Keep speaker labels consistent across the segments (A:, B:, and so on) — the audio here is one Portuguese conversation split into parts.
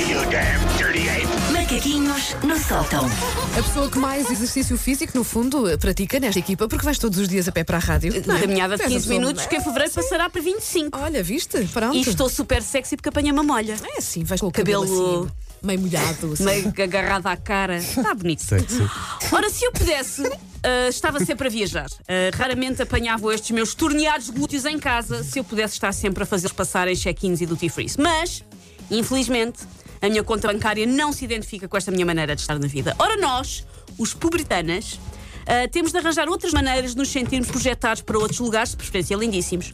A: you damn dirty ape!
B: Macaquinhos no sótão.
C: A pessoa que mais exercício físico, no fundo, pratica nesta equipa, porque vais todos os dias a pé para a rádio. não é?
D: Caminhada
C: Tu és
D: de
C: a
D: 15
C: pessoa-
D: minutos, que em fevereiro passará para 25.
C: é? Olha, viste? Pronto.
D: E estou super sexy porque apanhei uma molha.
C: É assim, vais com o cabelo,
D: Cabelo-
C: assim, meio molhado. Assim.
D: Meio agarrada à cara. Está bonito. Ora, se eu pudesse, ah, estava sempre a viajar. Ah, raramente apanhava estes meus torneados glúteos em casa se eu pudesse estar sempre a fazer passar em check-ins e duty-free. Mas, infelizmente, a minha conta bancária não se identifica com esta minha maneira de estar na vida. Ora, nós, os pubritanas, ah, temos de arranjar outras maneiras de nos sentirmos projetados para outros lugares, de preferência lindíssimos.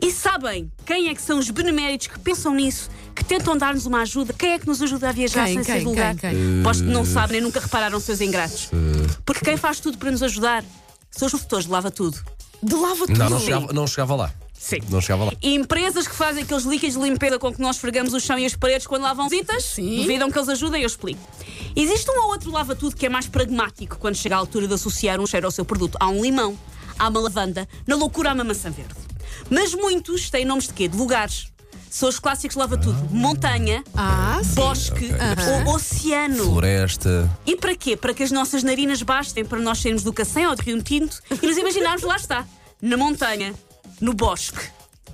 D: E sabem quem é que são os beneméritos que pensam nisso, que tentam dar-nos uma ajuda? Quem é que nos ajuda a viajar
C: Quem,
D: sem ser
C: quem,
D: vulgar?
C: quem, quem?
D: Aposto que não sabem, nem nunca repararam seus ingratos.
C: eh.
D: Porque quem faz tudo para nos ajudar são os locutores de Lava Tudo.
C: De lava tudo.
E: Não, não chegava, não chegava lá.
D: Sim.
E: Não chegava lá.
D: E empresas que fazem aqueles líquidos de limpeza com que nós fregamos o chão e as paredes quando lavam visitas,
C: Sim.
D: duvidam que eles ajudem, eu explico. Existe um ou outro lava-tudo que é mais pragmático quando chega à altura de associar um cheiro ao seu produto. Há um limão, há uma lavanda, na loucura há uma maçã verde. Mas muitos têm nomes de quê? De lugares. São os clássicos lava-tudo. Montanha,
C: Ah, sim.
D: bosque
C: ok.
D: ou oceano.
E: Floresta.
D: E para quê? Para que as nossas narinas bastem para nós sairmos do Cacém ou do Rio Tinto e nos imaginarmos lá está, na montanha, no bosque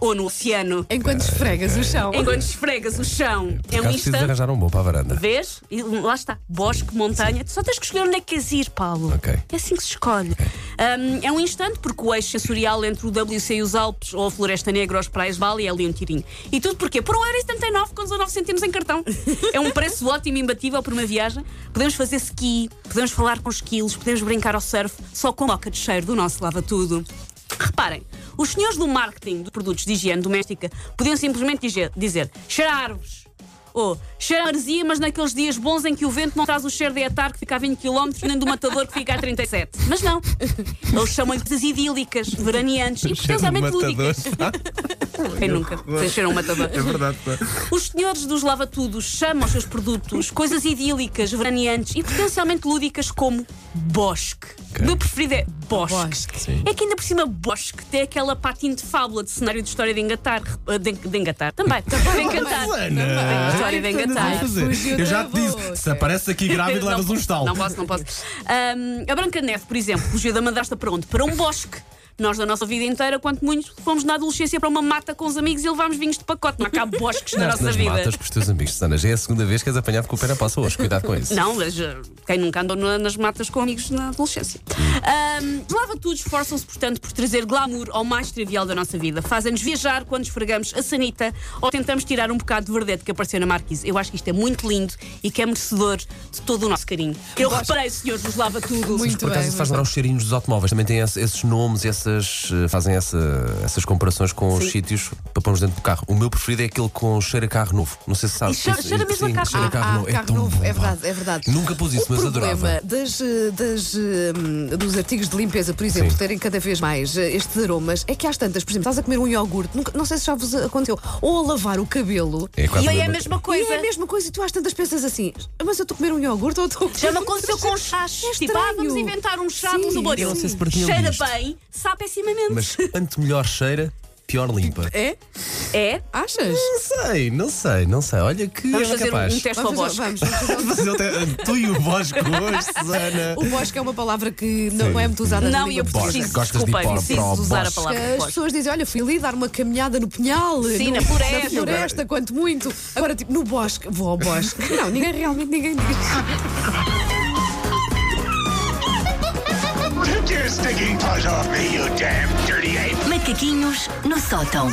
D: ou no oceano,
C: Enquanto esfregas o chão.
D: enquanto esfregas o chão. É um
E: Cá preciso de
D: instante.
E: arranjar um bom para a varanda.
D: Vês? E lá está. Bosque, montanha. Tu só tens que escolher onde é que queres ir, Paulo.
E: Ok.
D: É assim que se escolhe. Hum, é um instante, porque o eixo sensorial entre o WC e os Alpes, ou a Floresta Negra ou as Praias de Vale, é ali um tirinho. E tudo porquê? Por 1,79€ com 19 centimos em cartão. É um preço ótimo e imbatível por uma viagem. Podemos fazer ski, podemos falar com os esquilos, podemos brincar ao surf, só com a boca de cheiro do nosso lava-tudo. Reparem, os senhores do marketing de produtos de higiene doméstica podiam simplesmente dizer, dizer cheira a árvores. Ou cheira a maresia, mas naqueles dias bons em que o vento não traz o cheiro de etar que fica a 20 km, nem do matador que fica a 37. Mas não. Eles chamam-lhe das idílicas, veraneantes e potencialmente lúdicas. Quem nunca? Vocês cheiram um matador.
F: É verdade.
D: Os senhores dos lavatudos chamam os seus produtos coisas idílicas, veraneantes e potencialmente lúdicas como bosque. O meu preferido é bosque.
C: Bosque,
D: É que ainda por cima bosque tem aquela patina de fábula de cenário de história de engatar. eh, De, de engatar. Também. de encantar.
F: Ana!
D: História de engatar.
C: fugiu
F: Eu já
C: da
F: te
C: boca.
F: disse, se apareces aqui grávida,
D: Não
F: levas um
D: posso,
F: estalo.
D: Não posso, não posso. Ahm, a Branca de Neve, por exemplo, fugiu da madrasta para onde? Para um bosque. Nós, da nossa vida inteira, quanto muito, fomos na adolescência para uma mata com os amigos e levámos vinhos de pacote. Não há cá bosques na
E: Andaste
D: nossa
E: nas
D: vida.
E: matas com os teus amigos, Susana. Já é a segunda vez que és apanhado com o pé na poça hoje. Cuidado com isso.
D: Não, mas eh, quem nunca andou na- nas matas com amigos na adolescência. Ahm, lava tudo, esforçam-se, portanto, por trazer glamour ao mais trivial da nossa vida. Fazem-nos viajar quando esfregamos a sanita ou tentamos tirar um bocado de verdete que apareceu na marquise. Eu acho que isto é muito lindo e que é merecedor de todo o nosso carinho. Eu reparei, senhores, vos lava tudo.
C: Muito
E: Por acaso
C: bem.
E: isso faz lembrar os cheirinhos dos automóveis. Também tem esse- esses nomes, essas, eh, fazem essa- essas comparações com os
D: Sim.
E: sítios para pôrmos dentro do carro. O meu preferido é aquele com cheiro a carro novo. Não sei se sabes.
D: E cheira-
E: Sim,
D: cheira mesmo a
E: sim,
D: carro.
E: cheira a
D: Ah,
E: carro novo. É tão bom,
C: é
E: pá.
C: verdade, é verdade.
E: Nunca pus
C: o
E: isso, mas
C: problema
E: adorava.
C: Das, eh, das, eh, dos artigos de limpeza, por exemplo,
E: Sim.
C: terem cada vez mais eh, estes aromas, é que às tantas, por exemplo, estás a comer um iogurte, nunca- não sei se já vos aconteceu, ou a lavar o cabelo.
E: É quase
D: E aí é a
E: uma-
D: mesma
C: E
D: coisa.
C: é a mesma coisa, e tu às tantas pensas assim, mas eu estou a comer um iogurte ou estou a comer
D: Já me aconteceu com chás.
C: É
D: tipo, ah,
C: estranho.
D: vamos inventar um chá
C: Sim.
D: do
E: Eu
D: barulho.
E: não sei se partilham
D: Cheira
E: disto.
D: bem, sabe pessimamente.
E: Mas quanto melhor cheira, pior limpa.
C: É?
D: É?
C: Achas?
E: Não sei, não sei, não sei. Olha que
D: Vamos
E: era
D: fazer
E: capaz. um
D: um teste ao
C: Vamos, fazer-
D: bosque.
C: vamos, vamos fazer-
F: Mas eu te- tu e o Bosco hoje, Susana.
C: O bosque é uma palavra que não, não é muito usada na
D: Não, e
C: língua
D: eu preciso,
E: Bosque. Gostas de ir
D: desculpem,
E: para o-
D: preciso
E: para o
D: usar a
E: bosque?
D: palavra
C: As
D: bosque.
C: pessoas dizem, olha, fui ali dar uma caminhada no pinhal.
D: Sim,
C: no-
D: na floresta.
C: Na floresta, quanto muito. Agora, tipo, no bosque. Vou ao bosque. Não, ninguém realmente ninguém diz.
A: Take your stinking paws off me, you damn dirty ape!
B: Macaquinhos no sótão.